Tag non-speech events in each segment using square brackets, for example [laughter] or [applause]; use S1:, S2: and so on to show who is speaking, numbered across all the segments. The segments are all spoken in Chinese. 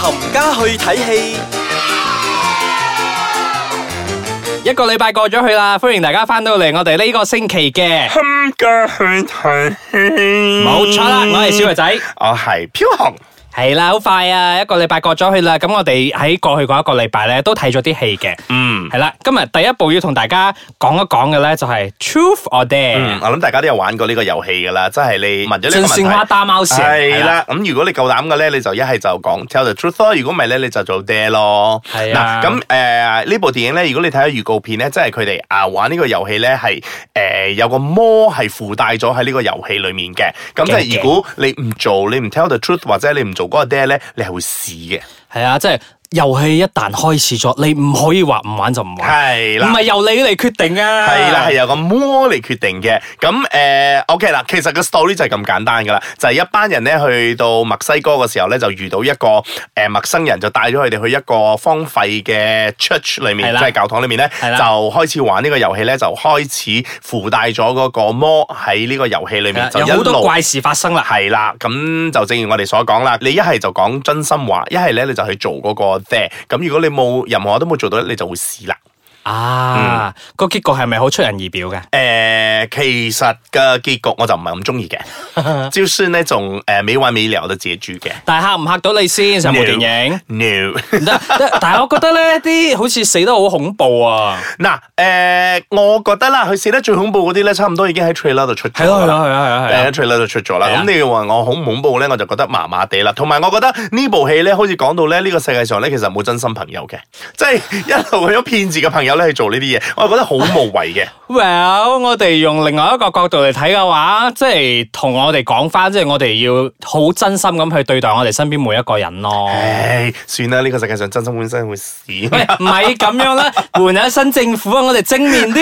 S1: 冚家去睇戲，
S2: 一個禮拜過咗去啦，歡迎大家翻到嚟我哋呢個星期嘅，
S3: 冚家去睇戲，
S2: 冇錯啦，我係小肥仔，
S3: 我嗯哦係飄紅，
S2: 係啦，好快啊，一個禮拜過咗去啦，咁我哋喺過去嗰一個禮拜咧都睇咗啲戲嘅，
S3: 嗯
S2: 係啦，今日第一部要同大家講一講嘅咧就係 Truth or
S3: 嗯，
S2: Dare，
S3: 我諗大家都有玩過呢個遊戲噶啦，即係你問咗呢個
S2: 真
S3: 問題
S2: 心，話大冒險，
S3: 係，啦，咁如果你夠膽嘅咧，你就一係就講 tell the truth 咯，如果唔係咧，你就做 dare 咯。
S2: 係啊
S3: 嗱，咁誒呢部電影咧，如果你睇下預告片咧，即係佢哋啊玩呢個遊戲咧，係誒有個魔係附帶咗喺呢個遊戲裡面嘅。咁即
S2: 勁
S3: 係如果你唔做，你唔 tell the truth 或者你唔做嗰個 dare 咧，你係會試嘅。
S2: 係啊，即係遊戲一旦開始咗，你唔可以話唔玩就唔玩，
S3: 係
S2: 唔
S3: 啦。
S2: 係由你嚟決定啊，
S3: 係啦，係由個魔嚟決定嘅。咁誒、呃 OK 啦，其實個 story 就係咁簡單噶啦，就係、一班人咧去到墨西哥嘅時候咧，就遇到一個誒、呃陌生人，就帶咗佢哋去一個荒廢嘅 church 裏
S2: 係
S3: 面，
S2: 啦
S3: 即係教堂裏面咧，
S2: 係啦
S3: 就開始玩呢個遊戲咧，就開始附帶咗嗰個魔喺呢個遊戲裏
S2: 係啦
S3: 面，就一
S2: 有好多
S3: 路。
S2: 怪事發生啦。
S3: 係啦，咁就正如我哋所講啦，你一係就講真心話，一係咧你就去做嗰個 there。咁如果你冇任何都冇做到，你就會試啦。
S2: 啊，個結局係咪好出人意表嘅？
S3: 誒、呃其實嘅結局我就唔係咁中
S2: [laughs]
S3: 意嘅，就是呢種誒沒完沒了的結局嘅。
S2: 但係嚇唔嚇到你先？成部電影，
S3: No， [laughs]
S2: 唔得唔得 [laughs] 但係我覺得咧啲好似死得好恐怖啊！
S3: 嗱誒、我覺得啦，佢寫得最恐怖嗰啲咧，差唔多已經喺 trailer 度出咗
S2: 係咯係咯
S3: 㗎啦。
S2: 係咯係
S3: 誒
S2: 咯
S3: trailer 就出咗啦，
S2: 係啊
S3: 咁你話我恐唔恐怖咧，我就覺得麻麻地啦。同埋我覺得呢部戲咧，好似講到咧呢個世界上咧，其實冇真心朋友嘅， [laughs] 即係一路去咗騙子嘅朋友咧去做呢啲嘢，我覺得好無謂嘅。
S2: Well，我哋用另外一個角度嚟睇嘅話，即係同我哋講翻，即係我哋要好真心咁去對待我哋身邊每一個人咯。
S3: 唉，算啦，呢、個世界上真心本身會屎。
S2: 喂，唔係咁樣 [laughs] 啦，換下新政府啊！我哋正面啲，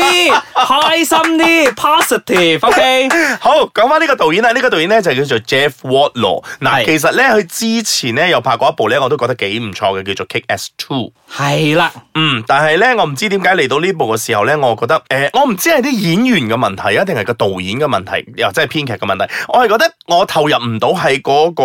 S2: 開心啲，positive，OK？ [laughs]
S3: 好，講翻呢個導演啦，呢、個導演咧就叫做 Jeff Wadlow。
S2: 係
S3: 嗱，其實咧佢之前咧有拍過一部咧，我都覺得幾唔錯嘅，叫做《Kick Ass Two》。
S2: 係啦，
S3: 嗯，但係咧，我唔知點解嚟到呢部嘅時候咧，我覺得誒、呃我唔知係啲演員嘅問題啊，定係個導演嘅問題，又或者係編劇嘅問題。我係覺得我投入唔到喺嗰個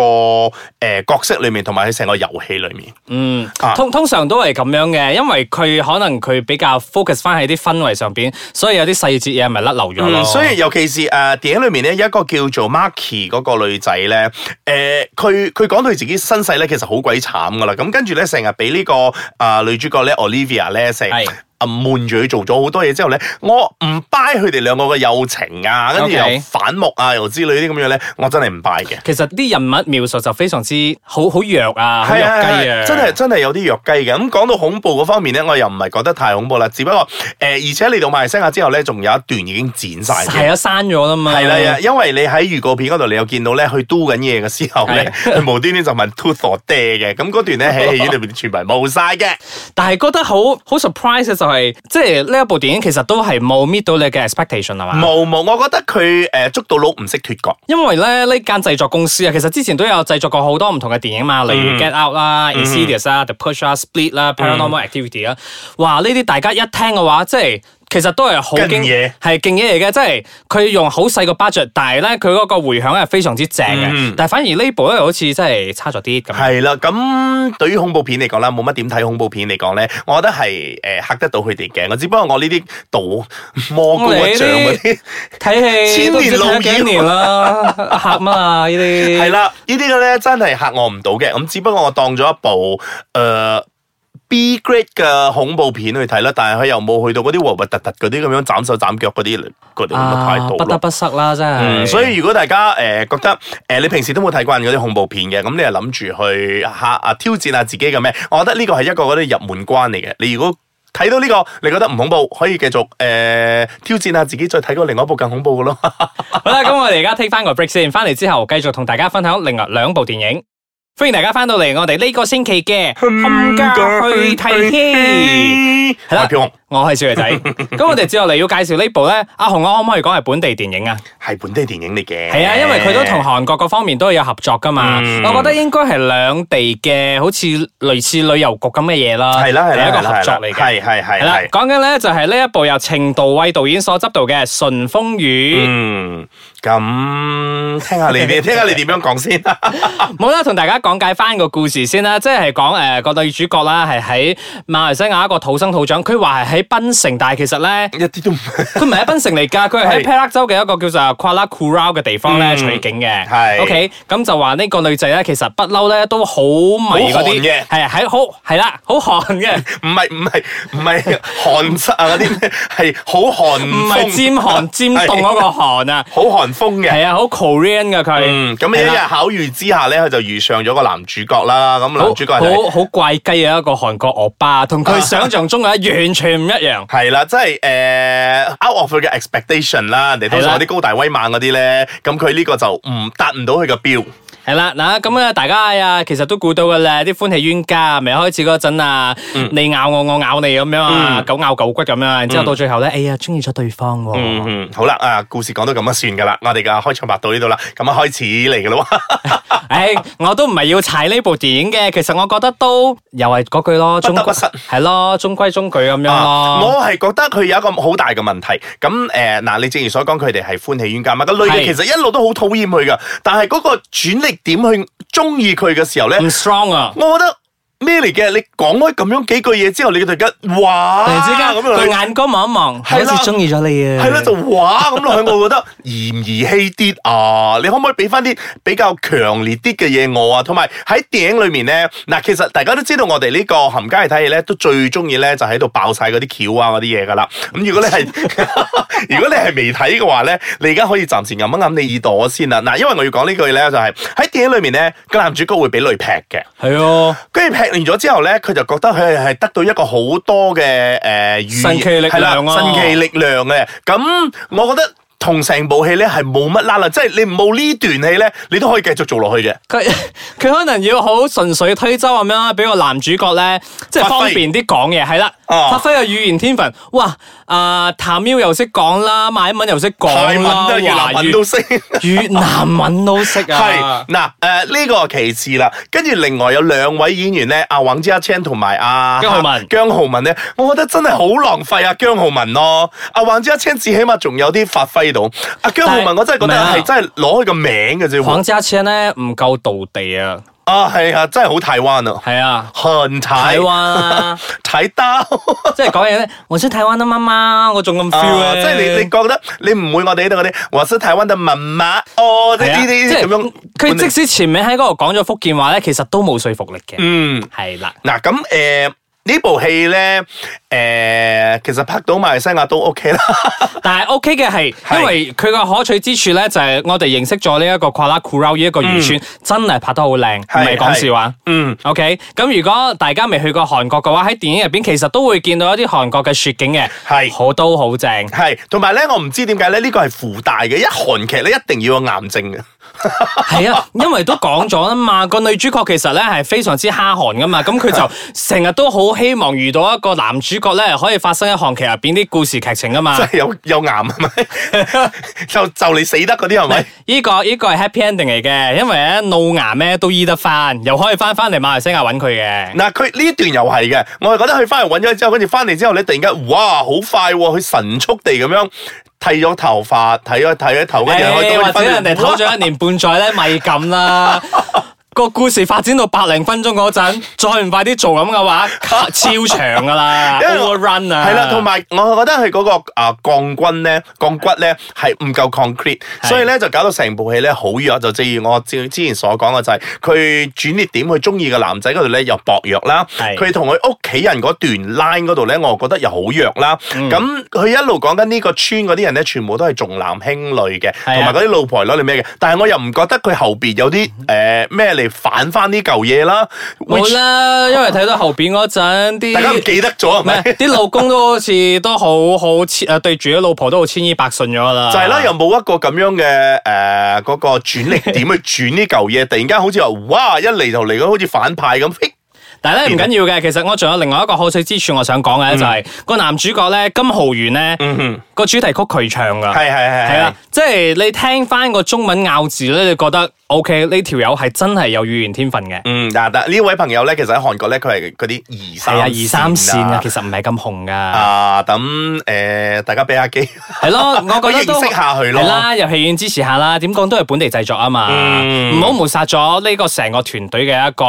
S3: 呃角色裏面，同埋喺成個遊戲裏面。
S2: 嗯，
S3: 啊
S2: 通通常都係咁樣嘅，因為佢可能佢比較 focus 翻喺啲氛圍上邊，所以有啲細節嘢咪甩漏咗咯。
S3: 嗯，所以尤其是誒、呃、電影裏面咧，有一個叫做 Marky 嗰個女仔咧，誒佢佢講到佢自己身世咧，其實好鬼慘噶啦。咁跟住咧，成日俾呢個啊、呃女主角咧 Olivia 咧成
S2: 係。
S3: 啊悶住佢做咗好多嘢之後咧，我唔 buy 佢哋兩個嘅友情啊，跟住
S2: OK
S3: 又反目啊，又之類啲咁樣咧，我真係唔 buy 嘅。
S2: 其實啲人物描述就非常之好好弱啊，好弱
S3: 係啊
S2: 雞
S3: 係
S2: 啊，
S3: 啊真係真係有啲弱雞嘅。咁講到恐怖嗰方面咧，我又唔係覺得太恐怖啦，只不過誒、呃而且嚟到馬來西亞之後咧，仲有一段已經剪晒嘅
S2: 係啊，刪咗啦嘛。
S3: 係啊啦，因為你喺預告片嗰度，你有見到咧，佢 do 緊嘢嘅時候咧，佢無端端就問 tooth or dare 嘅，咁嗰段 [laughs] 咧喺戲院裏邊全部係冇晒嘅。
S2: 但係覺得好好 surprise 嘅就係、即係呢一部電影其實都係冇 meet 到你嘅 expectation 係嘛？
S3: 冇冇，我覺得佢誒捉到佬唔識脱角。
S2: 因為咧呢間製作公司啊，其實之前都有製作過好多唔同嘅電影
S3: 嗯
S2: 嘛，例如 Get Out 啦、Insidious 啦、The Push 啦、Split 啦、Paranormal Activity 啦，哇！呢啲大家一聽嘅話，即係。其實都係好
S3: 勁嘢
S2: 係勁嘢嚟嘅，即係佢用好細個 budget，但係咧佢嗰個迴響係非常之正嘅。
S3: 嗯
S2: 但係反而呢部咧好似真係差咗啲咁。
S3: 係啦，咁對於恐怖片嚟講啦，冇乜點睇恐怖片嚟講咧，我覺得係誒嚇得到佢哋嘅。我只不過我呢啲賭魔高一丈嗰啲。
S2: 睇戲
S3: 千
S2: 都唔知
S3: 年老
S2: 睇幾
S3: 妖
S2: 年啦， [laughs] 嚇乜啊呢啲？
S3: [laughs] 係啦，呢啲嘅咧真係嚇我唔到嘅，咁只不過我當咗一部誒、呃 B grade 嘅恐怖片去睇啦，但係佢又冇去到嗰啲核核突突嗰啲咁樣斬手斬腳嗰啲嗰啲咁嘅態度
S2: 啊不得
S3: 咯。
S2: 不失啦，真係。
S3: 嗯，所以如果大家誒、呃、覺得誒、呃你平時都冇睇慣嗰啲恐怖片嘅，咁你係諗住去嚇啊挑戰下自己嘅咩？我覺得呢個係一個嗰啲入門關嚟嘅。你如果睇到呢、個，你覺得唔恐怖，可以繼續誒、呃挑戰下自己，再睇過另外一部更恐怖嘅咯。
S2: 好啦，咁我哋而家 take 翻個 break 先，翻嚟之後繼續同大家分享另外兩部電影。歡迎大家翻到嚟我哋呢個星期嘅《冚家去睇戲》。係啦
S3: 阿飄紅。
S2: 我係小肥
S3: [laughs]
S2: 仔。咁我哋之後嚟要介紹呢部咧，阿紅我可唔可以講係本地電影啊？
S3: 係本地電影嚟嘅。
S2: 係啊，因為佢都同韓國各方面都有合作噶嘛。
S3: 嗯
S2: 我覺得應該係兩地嘅，好似類似旅遊局咁嘅嘢啦，
S3: 係啦係啦
S2: 係一個
S3: 係啦
S2: 合作嚟嘅。
S3: 係係係
S2: 係啦，
S3: 係
S2: 講緊咧就係呢一部由程道偉導演所執導嘅《順風雨》，
S3: 嗯，咁聽下你
S2: [laughs]
S3: 哋，聽下你點樣講先啦。
S2: 冇啦，同大家講解翻個故事先啦，即係講誒個女主角啦，係喺馬來西亞一個土生土長，佢話係喺檳城，但係其
S3: [laughs]
S2: 實咧。
S3: [laughs] 一啲都唔係
S2: 佢唔係喺檳城嚟㗎，佢係喺
S3: 係
S2: p e r 州嘅一個叫做 Kuala Kurau 嘅地方咧
S3: 嗯
S2: 取景嘅。
S3: 係
S2: OK，咁就話呢個女仔咧，其實不嬲咧都好迷嗰
S3: 好寒
S2: 啲，
S3: 嘅
S2: 係啊喺好係啦，好寒
S3: [laughs]
S2: 嘅，
S3: 唔係唔係唔係寒濕啊嗰啲咩，係好寒風，
S2: 唔係尖
S3: [laughs]
S2: 寒尖凍嗰個寒啊，
S3: 好寒風嘅。
S2: 係啊，好 Korean 嘅佢。
S3: 嗯，咁一
S2: 係
S3: 日
S2: 啦
S3: 巧遇之下咧，佢就遇上咗個男主角啦。咁
S2: 好
S3: 男主角就係
S2: 好好怪雞嘅一個韓國惡霸，同
S3: [laughs]
S2: 佢想象中嘅完全唔一樣。
S3: 係啦，即係诶 out of 佢嘅 expectation 啦，人哋通
S2: 係啦
S3: 常嗰啲高大威猛嗰啲咧，咁佢呢個就唔達唔到佢嘅標。
S2: 係啦，嗱咁啊，大家啊，其實都估到噶啦，啲歡喜冤家咪開始嗰陣啊，你咬我，我咬你咁樣啊，
S3: 嗯
S2: 狗咬狗骨咁樣啊，然之後到最後咧，哎呀，中意咗對方喎。
S3: 嗯，好啦，啊，故事講到咁啊算噶啦，我哋嘅開場白到呢度啦，咁啊開始嚟噶啦喎。
S2: 唉，哎我都唔係要踩呢部電影嘅，其實我覺得都又係嗰句咯，
S3: 不得不
S2: 中係咯，中規中矩咁樣
S3: 啊
S2: 咯。
S3: [laughs] 我係覺得佢有一個好大嘅問題。咁誒嗱，你正如所講，佢哋係歡喜冤家嘛。個女
S2: 係
S3: 嘅其實一路都好討厭佢噶，但係嗰個轉力點去中意佢嘅時候咧，
S2: 唔 strong 啊！
S3: 我覺得。咩嚟嘅？你講開咁樣幾句嘢之後，你突然間哇
S2: 突然之間，
S3: 啊咁樣
S2: 佢眼光望一望，好
S3: 係啦
S2: 似中意咗你啊！
S3: 係啦，就哇咁落去，我覺得嫌兒戲啲啊！你可唔可以俾翻啲比較強烈啲嘅嘢我啊？同埋喺電影裏面咧，嗱，其實大家都知道我哋呢個冚家去睇戲咧，都最中意咧就喺度爆晒嗰啲橋啊嗰啲嘢噶啦。咁如果你係如果你係未睇嘅話咧，你而家可以暫時揞一揞你耳朵先啦。嗱，因為我要講呢句咧，就係喺電影裏面咧，個男主角會俾雷劈嘅。
S2: 係哦。
S3: 跟住劈完咗之後咧，佢就覺得佢係得到一個好多嘅誒、呃、語
S2: 神奇力
S3: 係啦
S2: 量啊
S3: 神奇力量嘅。咁我覺得同成部戲咧係冇乜啦啦，即係你冇呢段戲咧，你都可以繼續做落去嘅。
S2: 佢 [laughs] 佢可能要好順水推舟咁樣啦，俾個男主角咧，即係
S3: 發揮
S2: 方便啲講嘢，係啦，
S3: 啊
S2: 發揮個語言天分。哇！啊、譚喵又識講啦，馬來文又識
S3: 泰
S2: 講
S3: 文
S2: 啦，
S3: 啊，越南
S2: 華
S3: 文都
S2: 語、
S3: 識。
S2: 越南文都識啊
S3: [laughs] 係。嗱，誒呢個其次啦，跟住另外有兩位演員咧，阿黃之阿 Chan 同埋阿
S2: 姜皓文
S3: 姜浩文咧，我覺得真係好浪費啊姜浩文咯。阿黃之阿 Chan 至起碼仲有啲發揮到，阿姜浩
S2: 但係
S3: 文我真係覺得
S2: 唔係啊
S3: 係真係攞佢個名嘅啫喎。
S2: 黃家千咧唔夠道地啊，
S3: 啊，係啊，真係好台灣啊，
S2: 係啊，
S3: 很台
S2: 台灣啊，
S3: 台刀，
S2: 即係講嘢咧，我是台灣啊的媽媽，我仲咁 feel
S3: 啊
S2: 咧，
S3: 即係你你覺得你唔會我哋呢度嗰啲，我是台灣的媽媽哦，即
S2: 係
S3: 係
S2: 啊
S3: 呢
S2: 即
S3: 啲
S2: 係
S3: 咁樣，
S2: 佢即使前面喺嗰度講咗福建話咧，其實都冇說服力嘅，
S3: 嗯，
S2: 係啦。
S3: 嗱咁誒呢部戲咧誒，其實拍到馬來西亞都
S2: [laughs]
S3: OK 啦，
S2: 但係 OK 嘅係，
S3: 係
S2: 因為佢個可取之處咧，就係我哋認識咗呢一個跨拉庫拉呢一個漁村，真係拍得好靚，唔
S3: 嗯
S2: 係
S3: 係
S2: 講笑話。
S3: 嗯
S2: OK，咁如果大家未去過韓國嘅話，喺電影入邊其實都會見到一啲韓國嘅雪景嘅，
S3: 係
S2: 好都好
S3: [laughs]
S2: 正。
S3: 係，同埋咧我唔知點解咧呢個係附帶嘅，一韓劇咧一定要有癌症
S2: 啊
S3: 嘅，
S2: 係啊，因為都講咗啦嘛，個女主角其實咧係非常之蝦韓噶嘛，咁佢
S3: [laughs]
S2: 就成日都好希望遇到一個男主角咧，可以發生喺韓劇入邊啲故事劇情
S3: [laughs]
S2: 噶嘛
S3: 即。係有有癌係咪？
S2: [laughs]
S3: 就就你死得嗰啲係咪？
S2: 呢、個呢、個係 happy ending 嚟嘅，因為咧露牙咩都醫得翻，又可以翻翻嚟馬來西亞揾佢嘅。
S3: 嗱，佢呢段又係嘅，我係覺得佢翻嚟揾咗之後，跟住翻嚟之後咧，突然間哇，好快喎、佢神速地咁樣剃咗頭髮，剃咗剃咗頭，跟住
S2: 誒
S3: 開
S2: 或者人哋唞咗一年半載咧，咪咁啦。
S3: [laughs]
S2: 個故事發展到百零分鐘嗰陣，再唔快啲做咁嘅話，卡超長噶啦
S3: [laughs] 因為我
S2: ，overrun 啊。
S3: 係啦，同埋我覺得佢嗰、個啊鋼軍咧，鋼骨咧係唔夠 concrete，
S2: 係
S3: 所以咧就搞到成部戲咧好弱。就正如我之之前所講嘅就係、佢轉捩點，佢中意嘅男仔嗰度咧又薄弱啦。
S2: 係
S3: 佢同佢屋企人嗰段 line 嗰度咧，我覺得又好弱啦。咁佢、一路講緊呢個村嗰啲人咧，全部都係重男輕女嘅，
S2: 係啊
S3: 同埋嗰啲老婆攞嚟咩嘅。但係我又唔覺得佢後邊有啲誒咩嚟反翻呢嚿嘢啦。
S2: 冇
S3: which
S2: 啦，因為睇到後邊嗰陣
S3: 大家唔
S2: 啲。
S3: 記得咗係
S2: 唔係
S3: 咪？
S2: 啲老公都好似都好好千誒對住啲老婆都好千依百順咗㗎啦，
S3: 就係啦，又冇一個咁樣嘅誒嗰個轉力點去轉呢嚿嘢，突然間好似話哇一嚟就嚟咗，好似反派咁。嘿
S2: 但係咧唔緊要嘅，其實我仲有另外一個好水之處，我想講嘅就係個男主角咧金浩源咧
S3: 嗯哼
S2: 個主題曲佢唱㗎。
S3: 係係係
S2: 系啦，即啊係你聽翻個中文咬字咧，你覺得 O K 呢條友係真係有語言天分嘅。
S3: 嗯，嗱，但呢位朋友咧，其實喺韓國咧，佢係嗰啲二
S2: 係
S3: 三
S2: 啊，二三線
S3: 線
S2: 啊，其實唔係咁紅噶，
S3: 啊，咁誒，大家俾下機，
S2: 係
S3: [laughs]
S2: 咯，我覺得都
S3: 認識下佢咯
S2: 係啦，入戲院支持下啦，點講都係本地製作啊嘛，
S3: 嗯
S2: 唔好抹殺咗呢個成個團隊嘅一個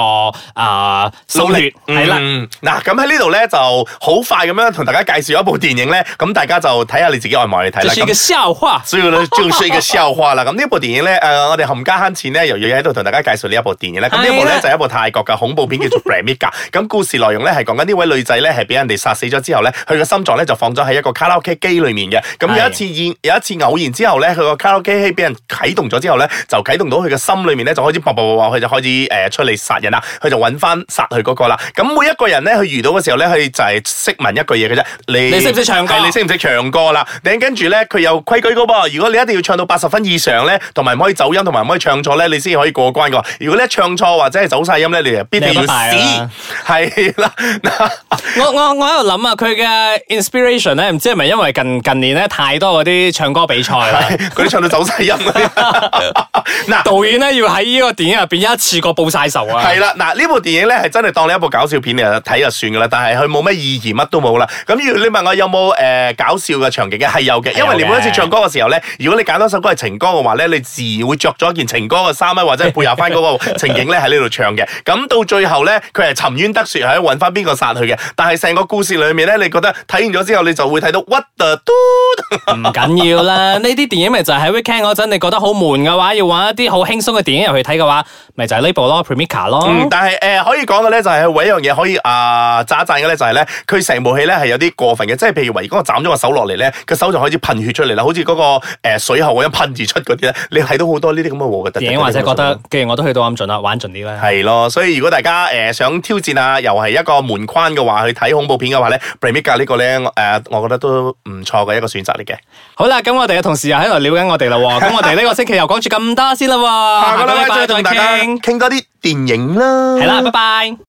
S2: 啊
S3: 努
S2: 心血，係啦。
S3: 嗯嗱，咁喺呢度咧就好快咁樣同大家介紹一部電影咧，咁大家就睇下你自己愛唔愛去睇
S2: 就
S3: 啦。
S2: 是一個
S3: 咁
S2: 笑話，
S3: 所以咧，就是一個笑話啦。咁呢部電影咧，誒、我哋冚家慳錢咧，又要喺度同大家介紹呢一部電影咧。咁呢一部
S2: 係
S3: 咧
S2: 啦
S3: 就係一部泰國嘅恐怖片，叫做《b r a m i g a 咁故事內容咧係講緊呢位女仔咧係俾人哋殺死咗之後咧，佢個心臟咧就放咗喺一個卡拉 OK 機裡面嘅。咁有
S2: 係
S3: 一次意有一次偶然之後咧，佢個卡拉 OK 機俾人啟動咗之後咧，就啟動到佢嘅心裡面咧就開始啵啵啵啵，佢就開始誒、呃出嚟殺人啦。佢就揾翻殺佢嗰個啦。咁每一個人咧，佢遇到嘅時候咧，佢就係識問一句嘢嘅啫。你
S2: 你識唔識唱歌
S3: 係你識唔識唱歌啦？頂跟住咧，佢有規矩噶噃。如果你一定要唱到八十分以上咧，同埋唔可以走音，同埋唔可以唱錯咧，你先可以過關噶。如果你一唱錯或者係走晒音咧，你就必定要
S2: 你就不敗
S3: 死
S2: 啦。
S3: 係啦，
S2: [laughs] 我我我喺度諗啊，佢嘅 inspiration 咧，唔知係咪因為近近年咧太多嗰啲唱歌比賽啦，
S3: 佢啲唱到走晒音嗰啲 [laughs] 嗱。
S2: 導演咧要喺呢個電影入邊一次過報晒仇啊！
S3: 係啦，嗱呢部電影咧係真係當你一部搞笑片嚟睇就算噶啦，但係佢冇乜意義，乜都冇啦。咁如果你問我有冇誒、呃搞笑嘅場景嘅，係有嘅，因為你每一次唱歌嘅時候咧，如果你揀多首歌係情歌嘅話咧，你自然會着咗一件情歌嘅衫啊，或者係配合翻嗰 [laughs] 個情景咧喺呢度唱嘅。咁到最後咧，佢係沉冤得雪，係揾翻邊個殺佢嘅。但係成個故事裡面咧，你覺得睇完咗之後，你就會睇到 what the do
S2: 唔緊要啦，呢啲電影咪就係喺 weekend 嗰陣，你覺得好悶嘅話，要揾一啲好輕鬆嘅電影入去睇嘅話，咪就係呢部咯，Premica 咯。
S3: 嗯，但係誒、呃可以講嘅咧就係唯一樣嘢可以啊讚一讚嘅咧就係咧，佢成部戲咧係有啲過分嘅，即係譬如維哥斬咗個手落嚟咧，個手就開始噴血出嚟啦，好似嗰、個、呃、水喉咁樣噴住出嗰啲咧，你睇到好多呢啲咁嘅核突嘅
S2: 電影或者覺
S3: 東
S2: 得
S3: 西。，
S2: 既然我都去到咁盡啦，玩盡啲啦。
S3: 係咯，所以如果大家誒、呃想挑戰啊，又係一個門框嘅話，去睇恐怖片嘅話咧 b r a m i c a 呢個咧誒、呃我覺得都唔錯嘅一個選擇嚟嘅。
S2: 好啦，咁我哋嘅同事又喺度了解我哋啦喎，咁我哋呢個星期又講住咁多先啦喎，
S3: 啊下個禮拜再同大家
S2: 傾，
S3: 傾多啲電影啦。
S2: 係啦，拜拜。